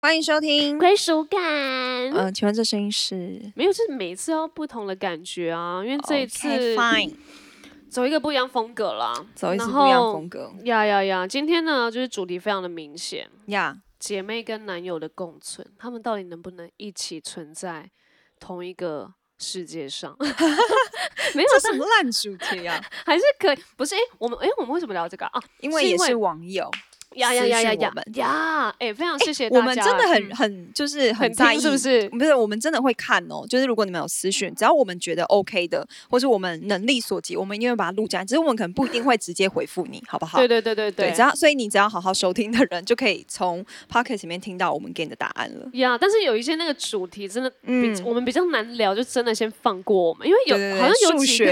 欢迎收听。归属感。嗯、请问这声音是哦没有，就是每次要不同的感觉啊，因为嗯这一次嗯 OK, fine 走一个不一样风格啦，走一次然不后一样风格呀呀呀！今天呢，就是主题非常的明显，呀？ 姐妹跟男友的共存，他们到底能不能一起存在同一个世界上？ 没有，这什么烂主题啊？还是可以，不是？哎、我们哎、我们为什么聊这个啊？ 因为是也因为是网友，呀呀呀私呀讯我呀们呀！哎、非常谢谢大家，我们真的很嗯很就是很在在意，嗯是不？是？不是，我们真的会看哦。就是如果你们有私讯，只要我们觉得 OK 的，或是我们能力所及，我们一定会把它录下来。只是我们可能不一定会直接回复你，好不好？对对对对对只要所以你只要好好收听的人，就可以从 Pocket 里面听到我们给你的答案了。呀但是有一些那个主题真的比、嗯我们比较难聊，就真的先放过我们，因为有对对对好像有数几个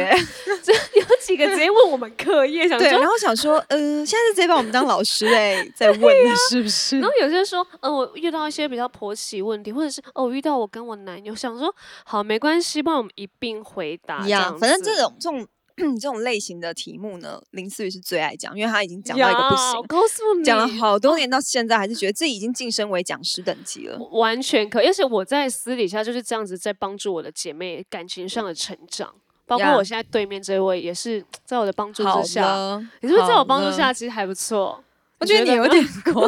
学，有几个直接问我们课业，想说对，，然后想说，嗯、现在是直接把我们当老 师哎、在问了是不是？然后有些人说，嗯、我遇到一些比较婆媳问题，或者是哦，我遇到我跟我男友，想说好没关系，帮我们一并回答。一啊这样样，子，反正这种这种这种 类型的题目呢，林思雨是最爱讲，因为她已经讲到一个不呀我行，告诉你，哦讲了好多年，到现在还是觉得自己已经晋升为讲师等级了。完全可以，而且我在私底下就是这样子在帮助我的姐妹感情上的成长。包括呀我现在对面这位也是在我的帮助好之下，了，你是不是在好我帮助了下，其实还不错？我觉得你有呢点 夸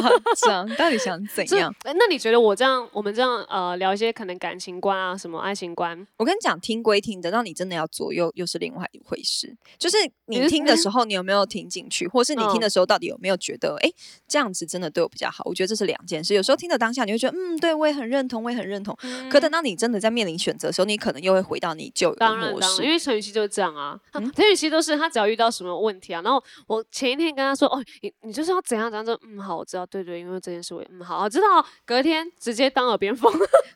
张，到底想怎这样？哎那你觉得我这样，我们这样呃聊一些可能感情观啊，什么爱情观？我跟你讲，听归听，等到你真的要左右，又是另外一回事。就是你你是嗯听的时候，你有没有听进去，或是你听的时候，到底有没有觉得，哎、这样子真的对我比较好？我觉得这是两件事。有时候听的当下，你会觉得，嗯，对我也很认同，我也很认同。可等到你真的在面临选择的时候，你可能又会回到你旧有的嗯当然，模当式然，因。为陈雨希就是这样啊。她嗯陈雨希都是她只要遇到什么问题啊，然后我前一天跟她说，哦，你你就是要怎样怎样，就嗯好，我知道，对对，因为这件事我也嗯好，我知道。隔天直接当耳边风，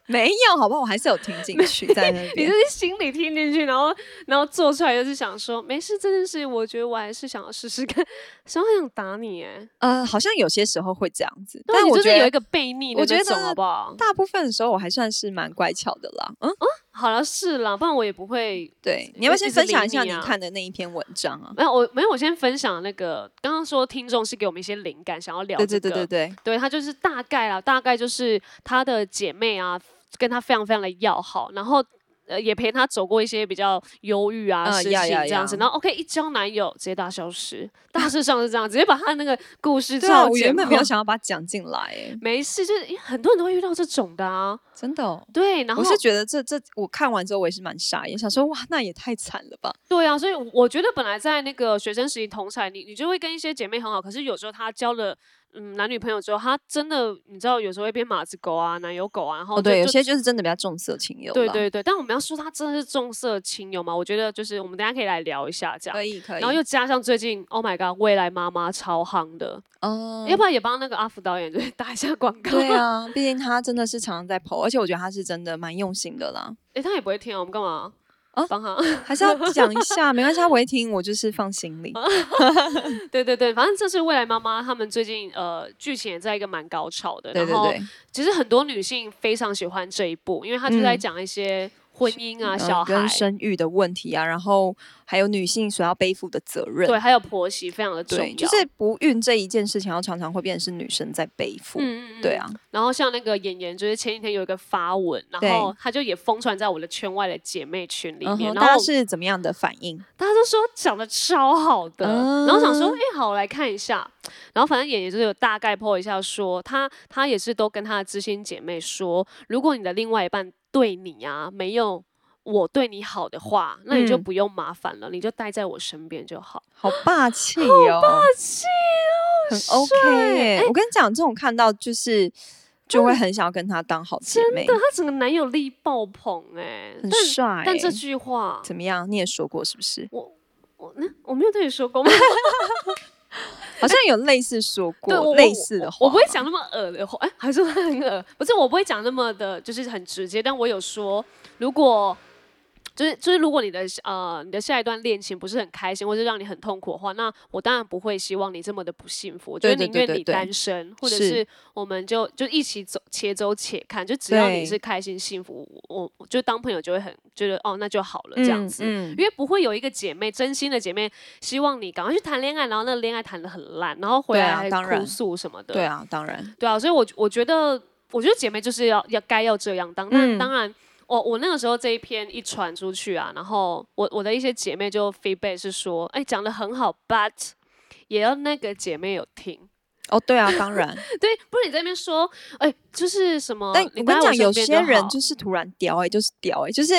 没有，好不好？我还是有听进去在那 你边就。是心里听进去，然后然后做出来就是想说，没事，这件事我觉得我还是想要试试看， 想很想打你哎，呃，好像有些时候会这样子，对啊但你我就觉是有一得个悖逆的我觉那种，得好不好？大部分的时候我还算是蛮乖巧的啦。嗯，好了，是啦，不然我也不会对，你要不要一先直分享理一下你你啊看的那一篇文章啊？没有，我没有，我先分享那个刚刚说听众是给我们一些灵感，想要聊、对这对对对对，对，对他就是大概啦，大概就是他的姐妹啊，跟他非常非常的要好，然后。呃，也陪他走过一些比较忧郁啊、嗯事情呀呀这样子，呀然后 OK 一交男友直接大消失，大致上是这样，直接把他那个故事对啊，照我剪原本没有过想要把它讲进来，哎，没事，就是因为很多人都会遇到这种的啊，真的哦。对，然后我是觉得这这我看完之后我也是蛮傻眼，想说哇，那也太惨了吧。对啊，所以我觉得本来在那个学生时期同才，你你就会跟一些姐妹很好，可是有时候她交了嗯男女朋友之后，她真的你知道有时候会变马子狗啊、奶油狗啊，然后哦，就对，有就些就是真的比较重色轻友啦。对对对，但我们要说她真的是重色轻友嘛，我觉得就是我们等一下可以来聊一下这样可。以可以。然后又加上最近，Oh my God，未来妈妈超夯的，嗯，要不然也帮那个阿福导演就是打一下广告。对 啊，毕竟他真的是常常在跑，而且我觉得他是真的蛮用心的啦。诶他也不会听啊，我们干嘛？啊帮他。 还是要讲一下，没关系，他不会听，我就是放心 里。对对对，反正这是未来妈妈他们最近呃剧情也在一个蛮高潮的，对对然后对，其实很多女性非常喜欢这一部，因为她就在嗯讲一些婚姻啊、嗯小孩，跟生育的问题啊，然后还有女性所要背负的责任，对，还有婆媳非常的重对，要。就是不孕这一件事情，然后常常会变成是女生在背负。嗯嗯嗯，对。啊，然后像那个演员，就是前几天有一个发文，然对后她就也疯传在我的圈外的姐妹群里嗯面，哼，然大后家我是怎么样的反应？大家都说讲的超好的，然后想说，嗯哎、好，我来看一下。然后反正演员就是有大概 po 一下说，她她也是都跟她的知心姐妹说，如果你的另外一半对你啊没有我对你好的话，那你就嗯不用麻烦了，你就待在我身边就 好。好霸气哦，霸气哦，很 OK 哎耶、我跟你讲，这种看到就是就会很想要跟他当好姐妹，她整个男友力爆棚哎、很但帅耶、但这句话，怎么样？你也说过是不 是？我那我没有对你说过吗？好像有类似说对过我类似的话我不会吧讲那么恶的话，哎、还是会很恶，不是，我不会讲那么的，就是很直接。但我有说，如果就是就是如果你的呃你的下一段恋情不是很开心，或者让你很痛苦的话，那我当然不会希望你这么的不幸福。我觉对得对宁对愿对你对单身，或者是是我们就就一起走且走且看，就只要你对是开心幸福，我我就当朋友就会很觉得哦那就好了这样子。嗯嗯因为不会有一个姐妹，真心的姐妹希望你赶快去谈恋爱，然后那个恋爱谈的很烂，然后回对来啊还当然哭诉什么的。对啊，当然，对啊，所以我我觉得我觉得姐妹就是要要该要这样当，但嗯当然。我我那个时候这一篇一传出去啊，然后我我的一些姐妹就 feedback 是说，哎、讲的很好，but 也要那个姐妹有听， 哦，对啊，当然。对，不是你在那边说，哎、就是什么，但我你跟待你我讲，有身边些就人好就是突然屌哎、就是屌哎、就是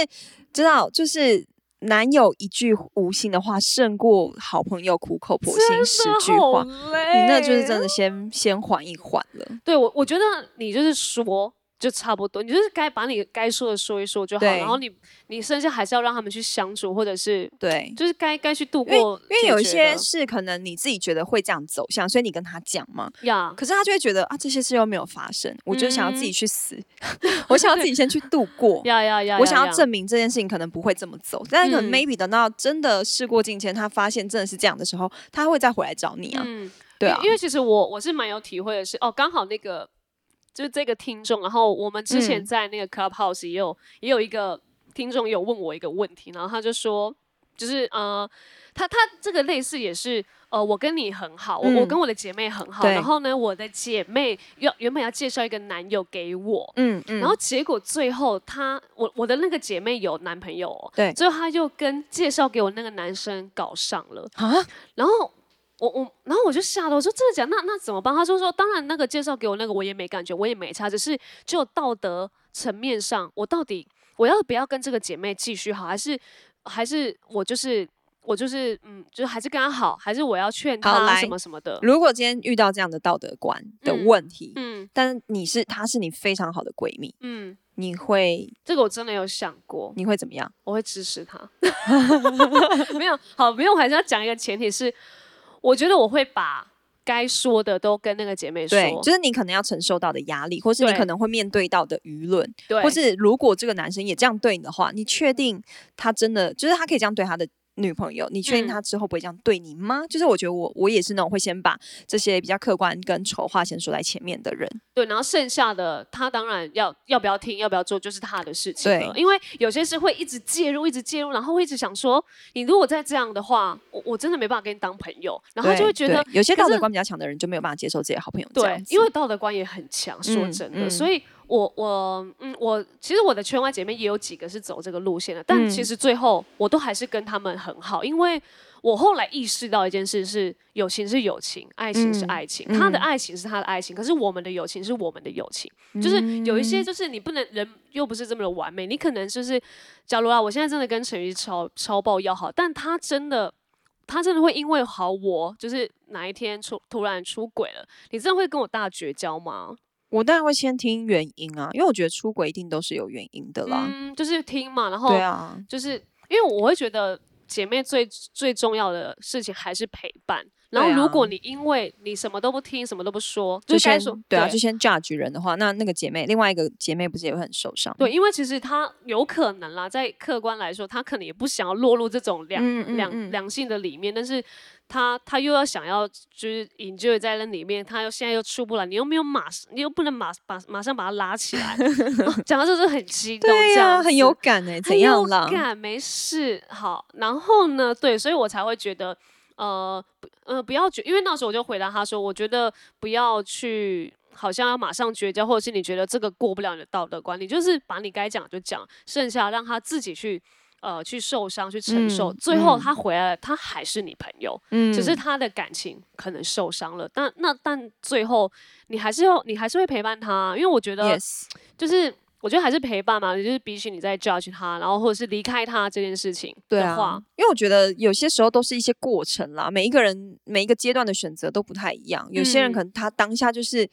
知道，就是男友一句无心的话，胜过好朋友苦口婆心十句话。真的好你那就是累真的先先缓一缓了。对我，我觉得你就是说就差不多，你就是该把你该说的说一说就好，对然后你你剩下还是要让他们去相处，或者是对，就是该该去度因为过因为解有一决些的事可能你自己觉得会这样走向，所以你跟他讲嘛，呀，可是他就会觉得啊，这些事又没有发生，我就想要自己嗯去死， 我想要自己先去度 过。呀呀呀，我呀想要呀证明这件事情可能不会这么走，但可能嗯 maybe 等到真的事过境迁，他发现真的是这样的时候，他会再回来找你啊。嗯，对因啊，因为其实我我是蛮有体会的是，哦，刚好那个就是这个听众，然后我们之前嗯在那个 Clubhouse 也有、也有一个听众有问我一个问题，然后他就说，就是呃，他他这个类似也是呃，我跟你很好，我、我嗯跟我的姐妹很好，对然后呢，我的姐妹要原本要介绍一个男友给我。嗯嗯，然后结果最后她，我我的那个姐妹有男朋友、哦，对最后她就跟介绍给我那个男生搞上了，啊，然后我我然后我就吓到，我说真的假的？那那怎么办？他就说当然那个介绍给我那个我也没感觉，我也没差，只是就道德层面上，我到底我要不要跟这个姐妹继续好，还是还是我就是我就是嗯，就还是跟她好，还是我要劝好她来什么什么的？如果今天遇到这样的道德观的嗯问题，嗯但是你是她是你非常好的闺蜜，嗯，你会这个我真的有想过，你会怎么样？我会支持她。 没有好，没有，我还是要讲一个前提是，我觉得我会把该说的都跟那个姐妹说，对，就是你可能要承受到的压力，或是你对可能会面对到的舆论，对或是如果这个男生也这样对你的话，你确定他真的就是他可以这样对他的女朋友？你确定嗯他之后不会这样对你吗？就是我觉得我我也是那种会先把这些比较客观跟丑话先说在前面的人。对，然后剩下的他当然要要不要听，要不要做，就是他的事情了。对因为有些事会一直介入，一直介入，然后会一直想说，你如果再这样的话，我我真的没办法跟你当朋友，然后就对会觉得对有些可道德是观比较强的人就没有办法接受自己的好朋友这对样，子。因为道德观也很强，说嗯真的，嗯所以我我嗯我其实我的圈外姐妹也有几个是走这个路线的，但嗯其实最后我都还是跟他们很好，因为我后来意识到一件事是，友情是友情，爱情是嗯爱情，嗯他的爱情是他的爱情，可是我们的友情是我们的友情，嗯就是有一些就是你不能人又不是这么的完美，你可能就是，假如啊，我现在真的跟陈宇超超爆要好，但他真的。他真的会因为好我，就是哪一天出突然出轨了，你真的会跟我大绝交吗？我当然会先听原因啊，因为我觉得出轨一定都是有原因的啦。嗯，哦就是听嘛，然后对啊，就是因为我会觉得姐妹最最重要的事情还是陪伴。然后对啊如果你因为你什么都不听，什么都不说，就就该先说对啊，就先 judge 人的话，那那个姐妹，另外一个姐妹不是也会很受伤？对，因为其实他有可能啦，在客观来说，他可能也不想要落入这种两、嗯嗯两嗯两性的里面，但是他他又要想要就是 enjoy 在那里面，他又现在又出不来，你又没有马，你又不能马马马上把他拉 起来，哦讲、到这是很激动，对这样呀、很有子感哎、很怎样有啦？感没事，好，然后呢，对，所以我才会觉得。呃，不呃，不要觉，因为那时候我就回答他说，我觉得不要去，好像要马上绝交，或者是你觉得这个过不了你的道德观，你就是把你该讲就讲，剩下让他自己去，呃，去受伤，去承受。嗯最后嗯他回来了，他还是你朋友，嗯只是他的感情可能受伤了。但那但最后你还是要，你还是会陪伴他，啊因为我觉得 yes，就是我觉得还是陪伴嘛，就是比起你在 judge 他，然后或者是离开他这件事情对的啊话，，因为我觉得有些时候都是一些过程啦，每一个人每一个阶段的选择都不太一样。有些人嗯可能他当下就是、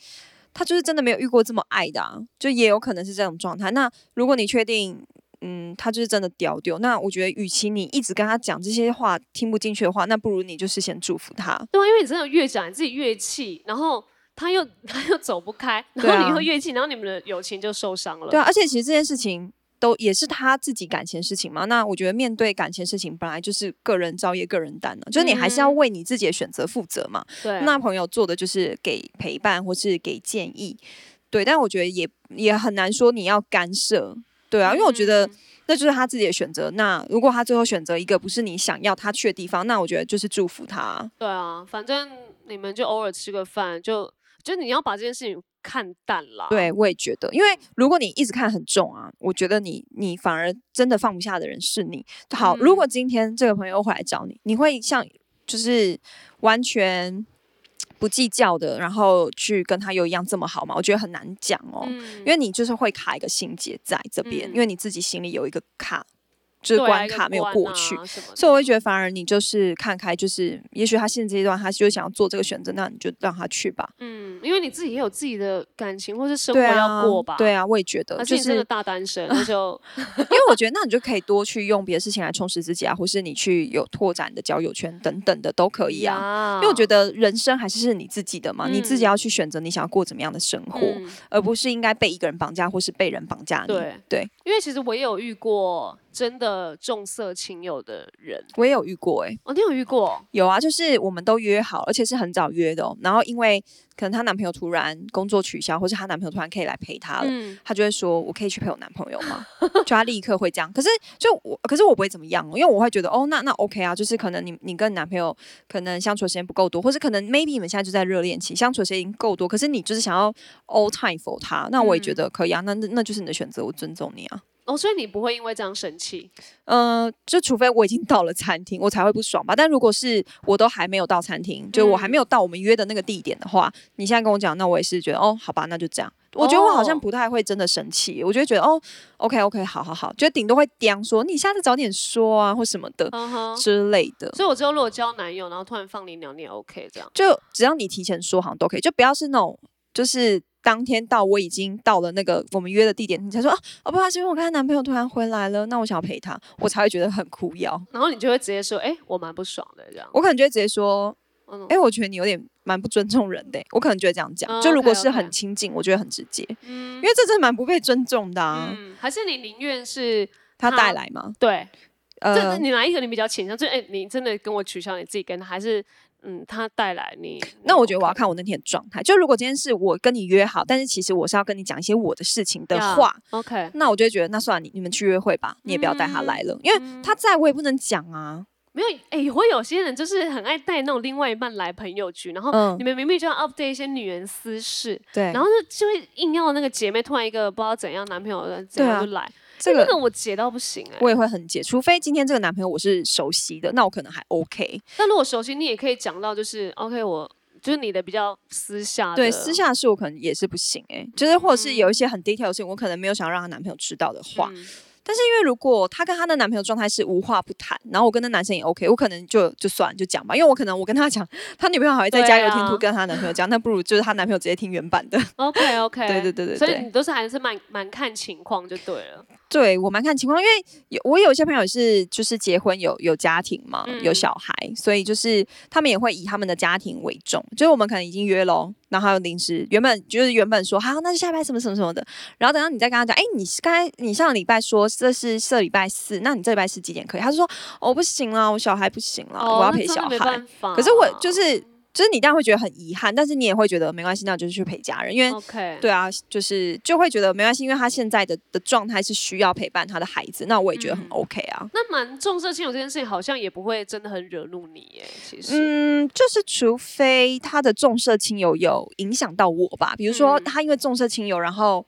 他就是真的没有遇过这么爱的、啊，就也有可能是这种状态。那如果你确定。嗯，他就是真的屌丢。那我觉得，与其你一直跟他讲这些话听不进去的话，那不如你就是先祝福他。对啊，因为你真的越讲你自己越气，然后他又 他又走不开，对然后啊你又越气，然后你们的友情就受伤了。对啊，而且其实这件事情都也是他自己感情事情嘛。那我觉得面对感情事情，本来就是个人造业、个人担了，就是你还是要嗯为你自己的选择负责嘛。对啊那朋友做的就是给陪伴或是给建议，对。但我觉得也也很难说你要干涉，对啊，因为我觉得嗯那就是他自己的选择。那如果他最后选择一个不是你想要他去的地方，那我觉得就是祝福他。啊对啊，反正你们就偶尔吃个饭，就就你要把这件事情看淡啦。，对，我也觉得，因为如果你一直看很重啊，我觉得你你反而真的放不下的人是你。好，如嗯果今天这个朋友会来找你，你会像就是完全不计较的，然后去跟他又一样这么好吗？我觉得很难讲哦，嗯，因为你就是会卡一个心结在这边，因为你自己心里有一个卡，就是对啊关一个卡没有关过啊去。什么的所以我会觉得，反而你就是看开，就是也许他现阶段他就想要做这个选择，那你就让他去吧。嗯，因为你自己也有自己的感情或是生活对啊要过吧。，对啊，我也觉得，而且就你真是的大 单身，那就因为我觉得，那你就可以多去用别的事情来充实自己啊，或是你去有拓展你的交友圈等等的都可以啊。呀因为我觉得人生还是是你自己的嘛，你自己嗯要去选择你想要过怎么样的生活，嗯而不是应该被一个人绑架或是被人绑架你。对对因为其实我也有遇过真的重色轻友的人，我也有遇过诶、欸哦，你有遇过？有啊，就是我们都约好，而且是很早约的、哦，然后因为可能她男朋友突然工作取消，或是她男朋友突然可以来陪她了，嗯，她就会说：“我可以去陪我男朋友吗？” 就她立刻会这样。可是就我，可是我不会怎么样哦，因为我会觉得哦，那那 OK 啊，就是可能你你跟你男朋友可能相处的时间不够多，或是可能 maybe 你们现在就在热恋期，相处的时间已经够多，可是你就是想要 all time for 他，那我也觉得可以啊，那那那就是你的选择，我尊重你啊。哦，所以你不会因为这样生气，嗯、就除非我已经到了餐厅，我才会不爽吧。但如果是我都还没有到餐厅，就我还没有到我们约的那个地点的话，你现在跟我讲，那我也是觉得哦，好吧，那就这样。我觉得我好像哦不太会真的生气，我就会觉得哦，OK OK，好好好，就顶多会刁说你下次早点说啊或什么的嗯哼。之类的。所以我之后如果交男友，然后突然放你鸟，你也 OK 这样。就只要你提前说，好像都可以，就不要是那种就是当天到我已经到了那个我们约的地点，你才说啊，哦，不好意思，因为我看她男朋友突然回来了，那我想要陪他，我才会觉得很哭腰。然后你就会直接说，哎、我蛮不爽的这样。我可能就会直接说，嗯哎、我觉得你有点蛮不尊重人的、欸我可能就会这样讲。哦就如果是 OK，OK 很亲近，我觉得很直接，嗯因为这真的蛮不被尊重的啊。嗯，还是你宁愿是他他带来吗？对，这呃这，你哪一个你比较倾向？就哎、你真的跟我取消你自己跟他，还是嗯他带来你？那我觉得我要 OK 看我那天的状态。就如果今天是我跟你约好，但是其实我是要跟你讲一些我的事情的呀话， OK，那我就会觉得那算了，你你们去约会吧，你也不要带他来嗯了，因为他在我也不能讲啊。没有哎、会有些人就是很爱带那种另外一半来朋友局，然后嗯哦你，们明明就要 update 一些女人私事，对，然后就就会硬要那个姐妹突然一个不知道怎样男朋友的怎对样啊就来，这那个个我解到不行哎、我也会很解，除非今天这个男朋友我是熟悉的，那我可能还 OK。但如果熟悉，你也可以讲到就是 OK，我就是你的比较私下的，对，私下的事我可能也是不行哎、就是或者是有一些很 detail 的事情，我可能没有想让她男朋友知道的话，嗯但是因为如果她跟她的男朋友状态是无话不谈，然后我跟那男生也 OK，我可能就就算就讲吧，因为我可能我跟她讲，她女朋友还会在对加油添啊醋跟她男朋友讲，那不如就是她男朋友直接听原版的。 OK OK，对对对对所以对你都是还是蛮蛮看情况就对了，对我蛮看情况，因为有我有一些朋友是就是结婚有有家庭嘛，嗯有小孩，所以就是他们也会以他们的家庭为重。就是我们可能已经约喽，然后还有临时原本就是原本说好，那就下礼拜什么什么什么的，然后等到你再跟他讲，哎，你是刚才你上礼拜说这是这礼拜四，那你这礼拜四几点可以？他就说哦不行啦，我小孩不行啦，哦我要哦那陪真的小没孩办。法可是我就是就是你当然会觉得很遗憾，但是你也会觉得没关系，那我就是去陪家人，因为 OK，对啊，就是就会觉得没关系，因为他现在的的状态是需要陪伴他的孩子，那我也觉得很嗯 OK 啊。那蛮重色轻友这件事情，好像也不会真的很惹怒你耶。其实，嗯，就是除非他的重色轻友有影响到我吧，比如说嗯他因为重色轻友，然后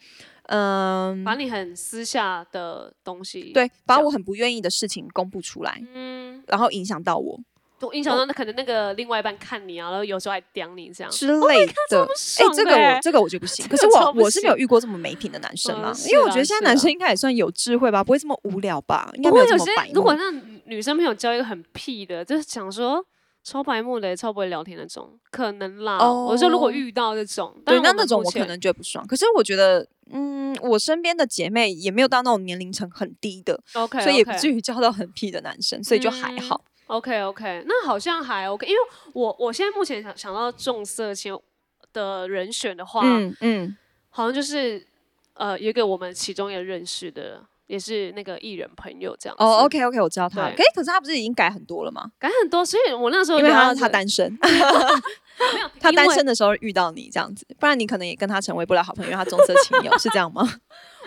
嗯，把你很私下的东西，，对，把我很不愿意的事情公布出来，嗯，然后影响到我都影响到那可能那个另外一半看你啊，然后有时候还刁你这样。之类的。哎、爽这的个我欸这个我就不行。可是个超我不我是没有行遇过这么没品的男生嗯啦，是因为我啦觉得现是在男啦生应该也算有智慧吧，不会这么无聊吧？应该不没过有这有么些白目。如果那女生朋友交一个很屁的，就是想说超白目的，超不会聊天那种，可能啦。哦我说如果遇到这种，对，当然那们那种目我可前能觉得不爽。可是我觉得，嗯，我身边的姐妹也没有到那种年龄层很低的 OK，所以也不 OK 嗯至于交到很屁的男生，所以就还好。 OK OK，那好像还 OK，因为我我现在目前想想到重色轻友的人选的话，嗯嗯，好像就是呃有一个我们其中也认识的，也是那个艺人朋友这样子。哦、o k OK，我知道他。对可以，可是他不是已经改很多了吗？感很多，所以我那时候因为聊他到他这单身，没有 他单，啊因为身的时候遇到你这样子，不然你可能也跟他成为不了好朋友，因为他重色 轻友，是这样吗？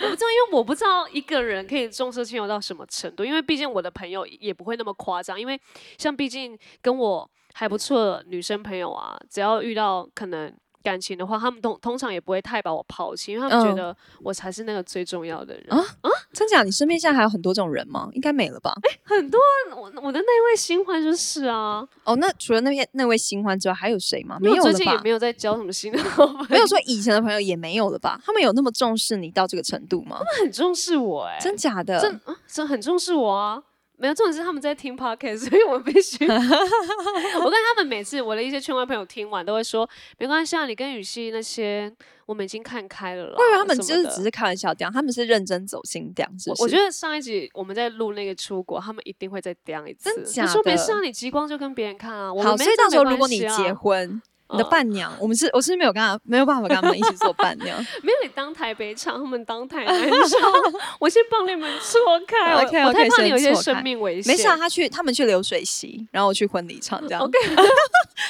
我不知道，因为我不知道一个人可以重色轻友到什么程度，因为毕竟我的朋友也不会那么夸张，因为像毕竟跟我还不错的女生朋友啊，只要遇到可能感情的话，他们通通常也不会太把我抛弃，因为他嗯们觉得我才是那个最重要的人。啊真假？你身边现在还有很多这种人吗？应该没了吧？很多啊我我的那位新欢就是啊，哦，那除了那些那位新欢之外，还有谁吗？因 没为有我最了近也吧？没有在交什么新的好朋友， 没有说以前的朋友也没有了吧？他们有那么重视你到这个程度吗？很重视我哎、真假的？真啊真很重视我啊。没有，重点是他们在听 podcast，所以我们 必须。我跟他们每次我的一些圈外朋友听完都会说，没关系啊，你跟雨熙那些我们已经看开了啦。我以为他们什么就是的只是开玩笑这样，他们是认真走心这样，是不我是？我觉得上一集我们在录那个出国，他们一定会再刁一次。真假就说的没事啊，你极光就跟别人看啊。我好，们没所以这到时候没如果关你系啊结婚，你的嗯伴娘，我们是我是没有跟他没有办法跟他们一起做伴 娘。没有你当台北场，他们当台南场，我先帮你们错 开。我 OK，OK，我太怕先你有一些错开生命危险。没事啊，他去他们去流水席，然后我去婚礼场这样。 OK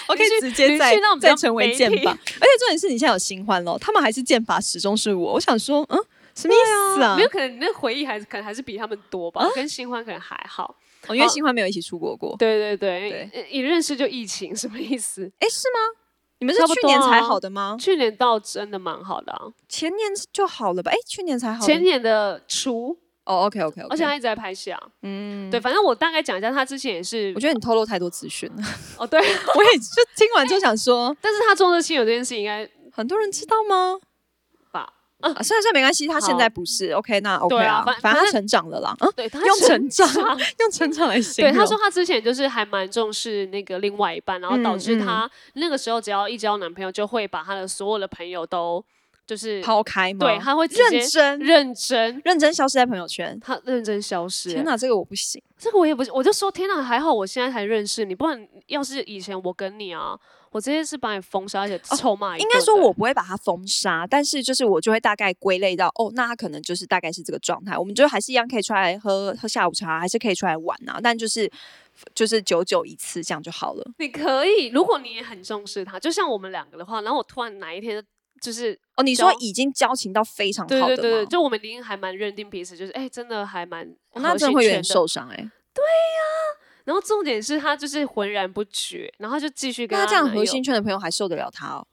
我可以你去直接你再去那种比再较成为媒剑体 法，而且重点是你现在有新欢咯，他们还是剑法始终是我。我想说，嗯，什么意思啊没？有，可能你那回忆还是可能还是比他们多啊吧，跟新欢可能还好。哦因为哦新欢没有一起出国过。对对对，一一认识就疫情，什么意思？哎，是吗？你们是差不去年多才啊好的吗？去年倒真的蛮好的、啊，前年就好了吧？哎，去年才好的。前年的初，哦，OK OK OK。而且他一直在拍戏啊。嗯，对，反正我大概讲一下，他之前也是我，觉得你透露太多资讯了。 哦对， 我也就听完就想说，但是他重色轻友这件事应该很多人知道吗？吧？嗯啊，算了算了没关系，他现好在不是 OK，那 OK 对啊啊，反反反正他正成长了啦。嗯，对，他用是啊成长用成长来形对，容。他说他之前就是还蛮重视那个另外一半，然后导嗯致嗯他那个时候只要一交男朋友，就会把他的所有的朋友都就是抛开吗？对，他会直接认真认真，认真消失在朋友圈。他认真消失、天欸哪，这个我不行。这个我也不是，我就说天哪，还好我现在才认识你，不然要是以前我跟你啊，我直接是把你封杀，而且臭骂一哦顿应哎的、该说我不会把它封杀，但是就是我就会大概归类到哦，那他可能就是大概是这个状态。我们就还是一样可以出来喝喝下午茶，还是可以出来玩啊，但就是就是久久一次这样就好了。你可以，如果你也很重视他，就像我们两个的话，然后我突然哪一天就是哦，你说交已经交情到非常好对的吗？对对对，就我们已经还蛮认定彼此，就是哎、真的还蛮哦那合真的心会有圈点的。受伤哎、然后重点是他就是浑然不觉，然后就继续跟那他这样男核友心圈的朋友还受得了他哦？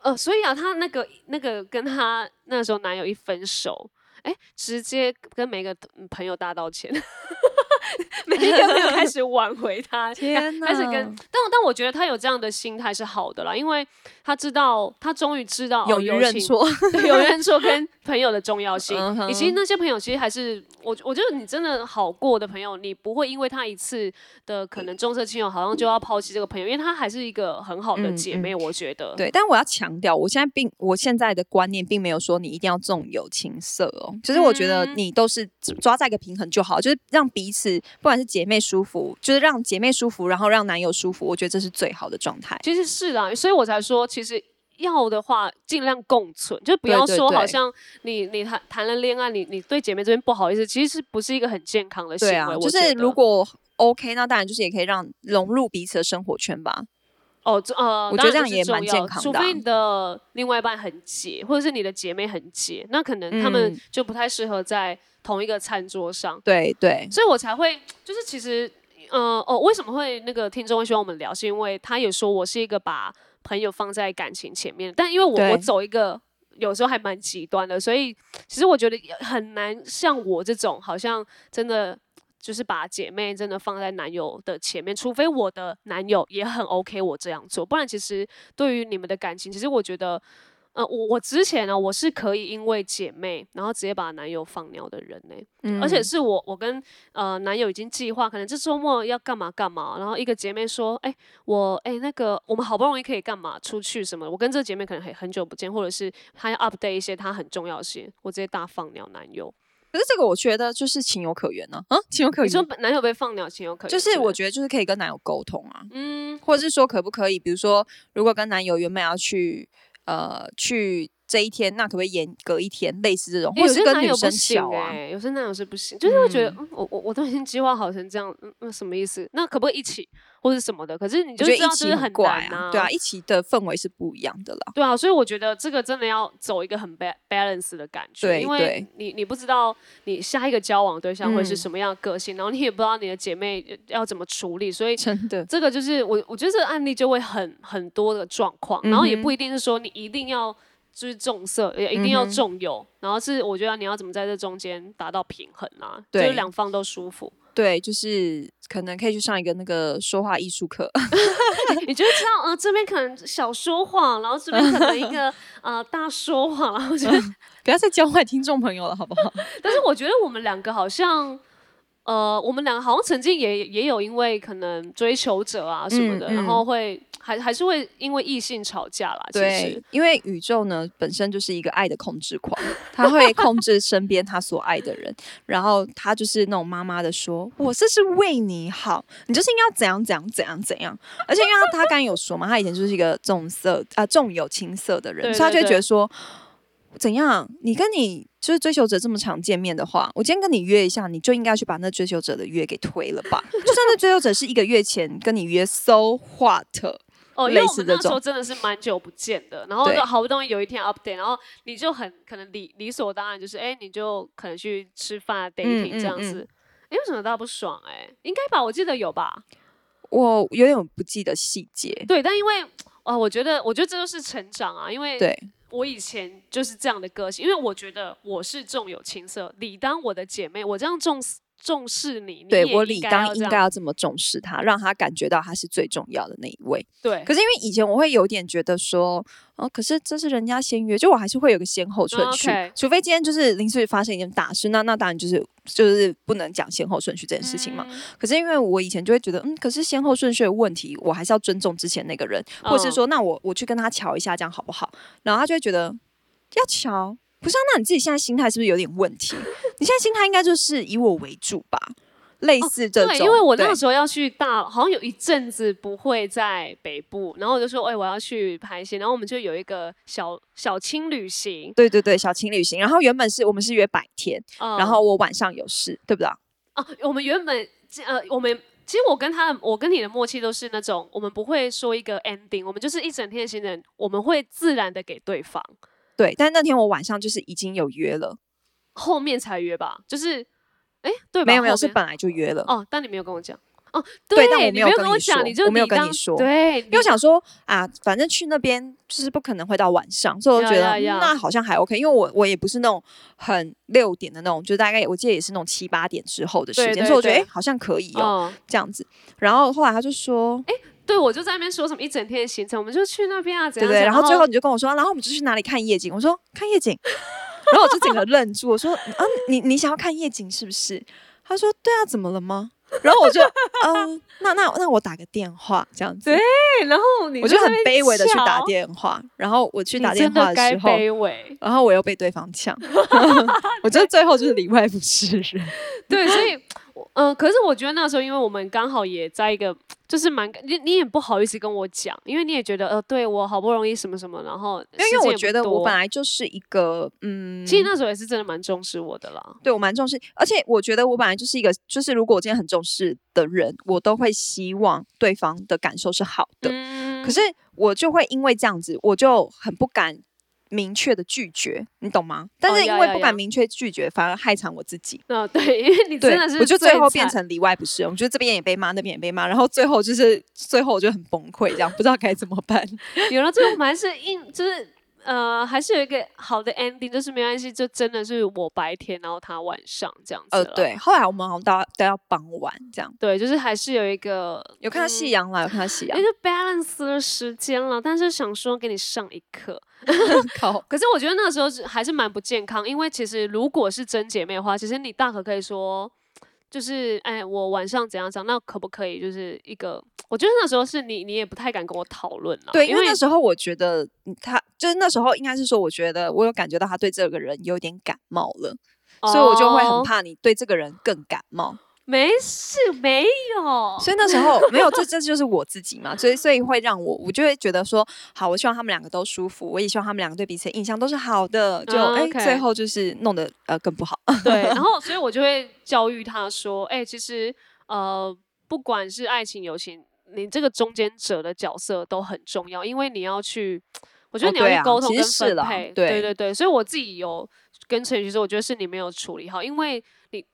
呃，所以啊，她那个那个跟她那时候男友一分手，哎，直接跟每个嗯朋友大道歉， 每一个朋友开始挽回她，天开始跟，哪但但我觉得她有这样的心态是好的啦，因为她知道，她终于知道哦勇于认情，错， 对，有人说跟朋友的重要性，嗯哼以及那些朋友其实还是我，我觉得你真的好过的朋友，你不会因为他一次的可能重色轻友，好像就要抛弃这个朋友，因为他还是一个很好的嗯姐嗯妹，我觉得。对，但我要强调，我现在并我现在的观念并没有说你一定要重友轻色哦，就是我觉得嗯你都是抓在一个平衡就好，就是让彼此不管是姐妹舒服，就是让姐妹舒服，然后让男友舒服，我觉得这是最好的状态。其实是啦，所以我才说，其实要的话尽量共存，就不对要对说好对像你你谈谈了恋爱，你你对姐妹这边不好意思，其实是不是一个很健康的行对为。啊，我就是觉如得果 OK，那当然就是也可以让融入彼此的生活圈吧。哦，这呃，我当觉得这然样是也重蛮要健康除的啊非你的另外一半很解，或者是你的姐妹很解，那可能他们嗯就不太适合在同一个餐桌上。对对，所以我才会就是其实，呃，哦，为什么会那个听众会希望我们聊，是因为他也说我是一个把朋友放在感情前面，但因为对我我走一个有时候还蛮极端的，所以其实我觉得也很难像我这种好像真的。就是把姐妹真的放在男友的前面，除非我的男友也很 OK 我这样做，不然其实对于你们的感情，其实我觉得，呃，我我之前呢、我是可以因为姐妹，然后直接把男友放鸟的人呢、嗯而且是我我跟呃男友已经计划，可能这周末要干嘛干嘛，然后一个姐妹说，哎、我哎、那个我们好不容易可以干嘛出去什么，我跟这个姐妹可能很很久不见，或者是她要 update 一些她很重要的事情，我直接大放鸟男友。可是这个我觉得就是情有可原呢、啊，情有可你说原，本男友被放鸟情有可原，就是我不觉得就是可以跟男友沟通啊。嗯或者是说可不可以，比如说，如果跟男友原本要去呃去这一天，那可不可以延隔一天，类似这种，有或些是跟男女友不生行小啊？欸有些男友是不行，就是会觉得，嗯我我我都已经计划好成这样，嗯，那什么意思？那可不可以一起，或者什么的？可是你我就觉得知道一这起是很怪难啊，对啊，一起的氛围是不一样的啦。对啊，所以我觉得这个真的要走一个很 ba- balance 的感觉，对因为对你你不知道你下一个交往对象会是嗯什么样的个性，然后你也不知道你的姐妹呃要怎么处理，所以真的，这个就是我我觉得这个案例就会很很多的状况，然后也嗯哼不一定是说你一定要就是重色，也一定要嗯哼重友，然后是我觉得你要怎么在这中间达到平衡啊，就对是两方都舒服， 对，就是可能可以去上一个那个说话艺术课， 你就会知道，呃，这边可能小说谎，然后这边可能一个呃大说谎，然后就不要再教坏听众朋友了，好不好？但是我觉得我们两个好像，呃，我们两个好像曾经也也有因为可能追求者啊什么的，嗯嗯然后会还还是会因为异性吵架啦。其实对，因为宇宙呢本身就是一个爱的控制 狂，他会控制身边他所爱的人，然后他就是那种妈妈的说：“我这是为你好，你就是应该要怎样怎样怎样怎样。”而且因为他他刚刚有说嘛，他以前就是一个重色啊、重有轻色的人，对所以他就对会对觉得说：“怎样？你跟你就是追求者这么常见面的话，我今天跟你约一下，你就应该去把那追求者的约给推了吧。就算那追求者是一个月前跟你约，so what？” 哦，因为类我似们这那时候种真的是蛮久不见的，然后对就好不容易有一天 update，然后你就很可能理理所当然就是，哎，你就可能去吃饭啊 dating 嗯这样嗯子。哎，为什么大家不爽、哎，应该吧，我记得有吧。我有点不记得细节。对，但因为啊、我觉得，我觉得这就是成长啊，因为对，我以前就是这样的个性，因为我觉得我是重有轻色，理当我的姐妹，我这样重视重视你，你对也我理当要这应样该要这么重视他，让他感觉到他是最重要的那一位。对可是因为以前我会有点觉得说，哦，可是这是人家先约，就我还是会有个先后顺序哦 OK 除非今天就是临时发生一件大事，那那当然就是就是不能讲先后顺序这件事情嘛。嗯可是因为我以前就会觉得，嗯，可是先后顺序的问题，我还是要尊重之前那个人，或者嗯是说，那我我去跟他瞧一下，这样好不好？然后他就会觉得要瞧，不是、啊？那你自己现在心态是不是有点问题？你现在心态应该就是以我为主吧，类似这种。哦对，因为我那对个时候要去大，好像有一阵子不会在北部，然后我就说，哎、我要去拍戏，然后我们就有一个小小轻旅行，对对对，小情旅行。然后原本是我们是约白天，嗯然后我晚上有事，对不对啊？啊，我们原本呃，我们其实我跟他的，我跟你的默契都是那种，我们不会说一个 ending，我们就是一整天的行程，我们会自然的给对方。对，但那天我晚上就是已经有约了，后面才约吧，就是，哎，对吧？没有没有，后是面本来就约了。哦，但你没有跟我讲哦，对但我你没有有跟跟我你说讲，你就我没有跟当你说对，因为我想说啊，反正去那边就是不可能会到晚上，所以我就觉得呀呀呀嗯那好像还 OK，因为我我也不是那种很六点的那种，就大概我记得也是那种七八点之后的时对间，对所以我觉得哎、对诶好像可以哦、哦，这样子。然后后来他就说，对，我就在那边说什么一整天的行程，我们就去那边啊，怎对样？对，怎然样后最后你就跟我说，然后我们就去哪里看夜景，我说看夜景， 然后我就整个愣住，我说啊，你你想要看夜景是不是？他说对啊，怎么了吗？ 然后我就嗯、那那那我打个电话这样子，对对，然后你我就在很那边卑微的去打瞧，电话，然后我去你打电真话的的该时候。卑微，然后我又被对方 呛，我觉得最后就是里外不是人。对，所 以。我呃，可是我觉得那时候，因为我们刚好也在一个，就是蛮你你也不好意思跟我讲，因为你也觉得呃，对我好不容易什么什么，然后因时为间我也不觉得我多本来就是一个，嗯，其实那时候也是真的蛮重视我的啦。对我蛮重视，而且我觉得我本来就是一个，就是如果我今天很重视的人，我都会希望对方的感受是好的。嗯可是我就会因为这样子，我就很不敢明确的拒绝，你懂吗？但哦是呀因为呀不呀敢明确拒绝，反而害惨我自己。那哦对，因为你对真的，是，我就最后变惨。成里外不是人，我觉得这边也被骂，那边也被骂，然后最后就是最后我就很崩溃，这样不知道该怎么 办。有 了最后，我们还是硬，就是呃，还是有一个好的 ending，就是没关系，就真的是我白天，然后他晚上这样子。呃，，对，后来我们好像都要都要傍晚这样，对，就是还是有一个有看到嗯夕阳啦，有看到夕阳一，个 balance 的时间了，但是想说给你上一课。靠，可是我觉得那时候是还是蛮不健康，因为其实如果是真姐妹的话，其实你大可可以说，就是哎，我晚上怎样怎样，那可不可以就是一个？我觉得那时候是你，你也不太敢跟我讨论了，对，因因为那时候我觉得嗯他就是那时候应该是说，我觉得我有感觉到他对这个人有点感冒了，所以我就会很哦怕你对这个人更感冒。没事，没有。所以那时候没有，这这就是我自己嘛，所以所以会让我，我就会觉得说，好，我希望他们两个都舒服，我也希望他们两个对彼此的印象都是好的，就嗯哎、 ，OK 最后就是弄得呃更不好。对，然后所以我就会教育他说，哎、其实呃，不管是爱情、友情，你这个中间者的角色都很重要，因为你要去，我觉哦得你要对去啊沟通其实跟是分啦配，对对对对，所以我自己有跟陈宇说，我觉得是你没有处理好，因为你。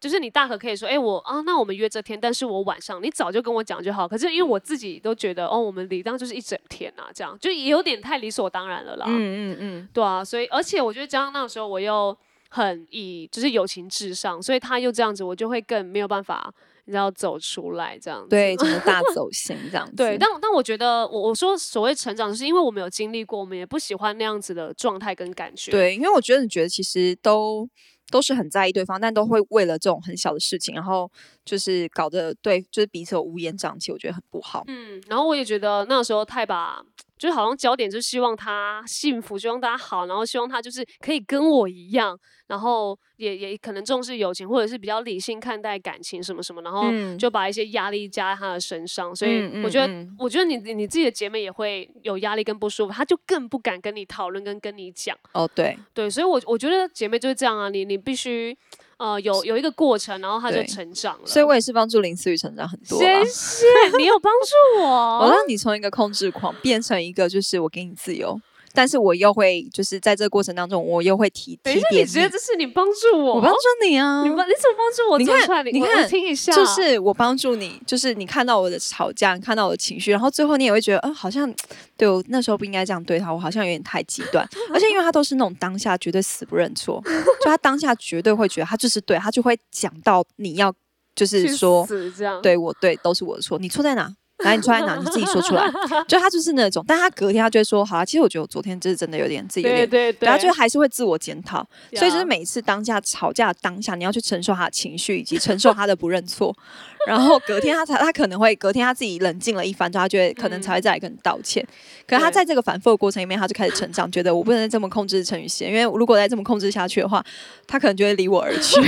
就是你大可可以说，哎、我啊，那我们约这天，但是我晚上，你早就跟我讲就好。可是因为我自己都觉得，哦，我们理当就是一整天啊，这样就也有点太理所当然了 啦。嗯嗯嗯，对啊，所以而且我觉得加上那个时候我又很以就是友情至上，所以他又这样子，我就会更没有办法，你知道走出来这样子。对，整个大走心这 样子。对，但但我觉得我我说所谓成长，就是因为我们有经历过，我们也不喜欢那样子的状态跟感觉。对，因为我觉得你觉得其实都都是很在意对方，但都会为了这种很小的事情，然后就是搞得对，就是彼此有乌烟瘴气，我觉得很不好。嗯，然后我也觉得那时候太把。就是好像焦点就是希望他幸福，希望他好，然后希望他就是可以跟我一样，然后也也可能重视友情，或者是比较理性看待感情什么什么，然后嗯就把一些压力加在他的身上。所以嗯我觉得，嗯嗯我觉得你你自己的姐妹也会有压力跟不舒服，她就更不敢跟你讨论跟跟你讲。哦，对，对，所以我我觉得姐妹就是这样啊，你你必须呃有有一个过程，然后她就对成长了。所以我也是帮助林思雨成长很多啦。谢谢你有帮助我，哦 我让你从一个控制狂变成一个，就是我给你自由，但是我又会就是在这个过程当中，我又会提等一提下，你点觉得这是你帮助我？我帮助你啊，你帮你怎么帮助我你走看出来？你你我我看听一下，就是我帮助你，就是你看到我的吵架，你看到我的情绪，然后最后你也会觉得，嗯、好像对我那时候不应该这样对他，我好像有点太极 端。而且因为他都是那种当下绝对死不认错，就他当下绝对会觉得他就是对，他就会讲到你要就是去说，死这样，对我对都是我的错，你错在哪？来，你错在哪？你自己说出来。就他就是那种，但他隔天他就会说，好啦，其实我觉得我昨天就是真的有点自己有对点。对啊对，他啊就还是会自我检讨，所以就是呀每一次当下吵架当下，你要去承受他的情绪，以及承受他的不认错， 然后隔天他才他可能会隔天他自己冷静了一番之后，他就会可能才会再来跟你道歉。可是他嗯对在这个反复的过程里面，他就开始成长，觉得我不能再这么控制陈雨希，因为如果再这么控制下去的话，他可能就会离我而 去。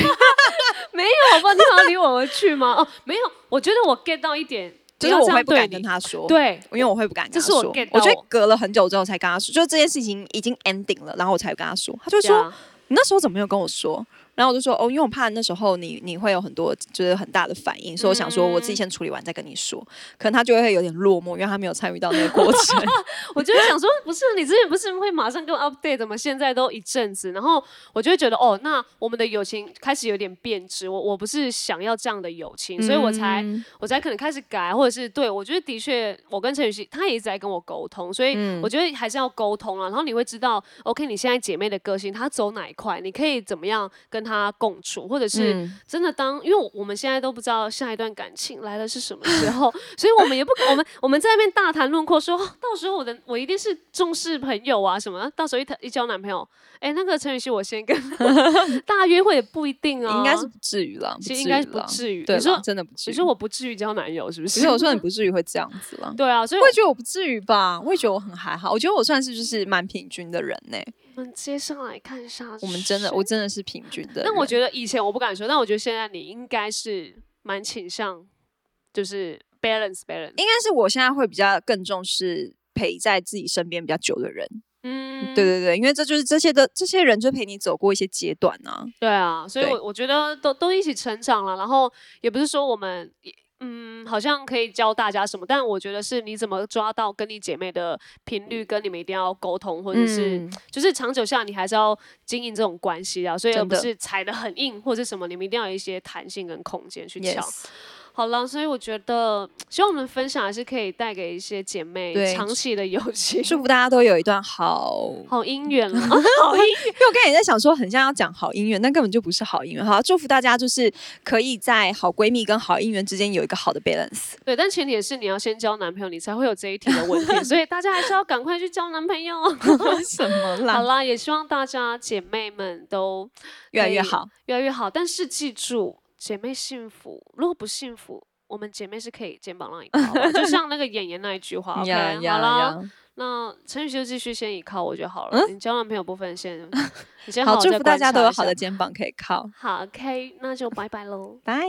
没有好吧？你好像离我而去吗？哦，没有，我觉得我 get 到一点，就是不要我这会样不敢对跟你，他说，对因为我会不敢跟这他是说。我 get 到觉得我隔了很久之后才跟他说，就这件事情已经 ending 了，然后我才跟他说。他就说呀你那时候怎么没有跟我说？然后我就说哦，因为我怕那时候你你会有很多就是很大的反应，所以我想说我自嗯己先处理完再跟你说。可能他就会有点落寞，因为他没有参与到那个过 程。我就会想说，不是你之前不是会马上跟我 update，怎么现在都一阵子？然后我就会觉得，哦，那我们的友情开始有点变质，我我不是想要这样的友情，所以我才、我才可能开始改，或者是对我觉得的确，我跟陈雨希她也一直在跟我沟通，所以我觉得还是要沟通啊。然后你会知道，OK，你现在姐妹的个性她走哪一块，你可以怎么样跟她共处，或者是。真的当，因为我我们现在都不知道下一段感情来的是什么时候，所以我们也不，我们我们在那边大谈论阔说，哦到时候我的我一定是重视朋友啊什么，到时候一谈一交男朋友，哎，那个陈雨希我先跟 大约会也不一定啊，应该是不至于啦，其实应该是不啦至于。对你啦，说真的不至你于。说我不至于交男友是不其是。实？我说你不至于会这样子啦对啊，所以我我也觉得我不至于吧，我也觉得我很还好，我觉得我算是就是蛮平均的人呢、们接上来看一下，我们真的，我真的是平均的人。但我觉得以前我不敢说，但我觉得现在你应该是蛮倾向，就是 balance balance。应该是我现在会比较更重视陪在自己身边比较久的人。嗯，对对对，因为这就是这些的这些人就陪你走过一些阶段啊。对啊，所以对我我觉得都都一起成长了，然后也不是说我们。嗯，好像可以教大家什么，但我觉得是你怎么抓到跟你姐妹的频率，跟你们一定要沟通，或者是、嗯就是长久下你还是要经营这种关系啊，所以而真不的是踩得很硬或者什么，你们一定要有一些弹性跟空间去敲。 ，yes，好了，所以我觉得希望我们的分享还是可以带给一些姐妹对长期的友 情。祝福大家都有一段好。好姻缘 了，啊好因姻为我刚才也在想说，很像要讲好姻缘，但根本就不是好姻缘。好，祝福大家就是可以在好闺蜜跟好姻缘之间有一个好的 balance。对，但前提也是你要先交男朋友，你才会有这一题的问题，所以大家还是要赶快去交男朋友。 什么好？啦，也希望大家姐妹们都 越来越可以好，越来越好，但是记住，姐妹幸福，如果不幸福。我们姐妹是可以肩膀让你靠的，就像那个演员那一句话。OK，呀呀好啦，呀！嗯那陈宇就继续先依靠我就好了。你交男朋友部 分先，你先好，好好祝再福大观家都察有一好下的肩膀可以靠。好，OK，那就拜拜喽。拜。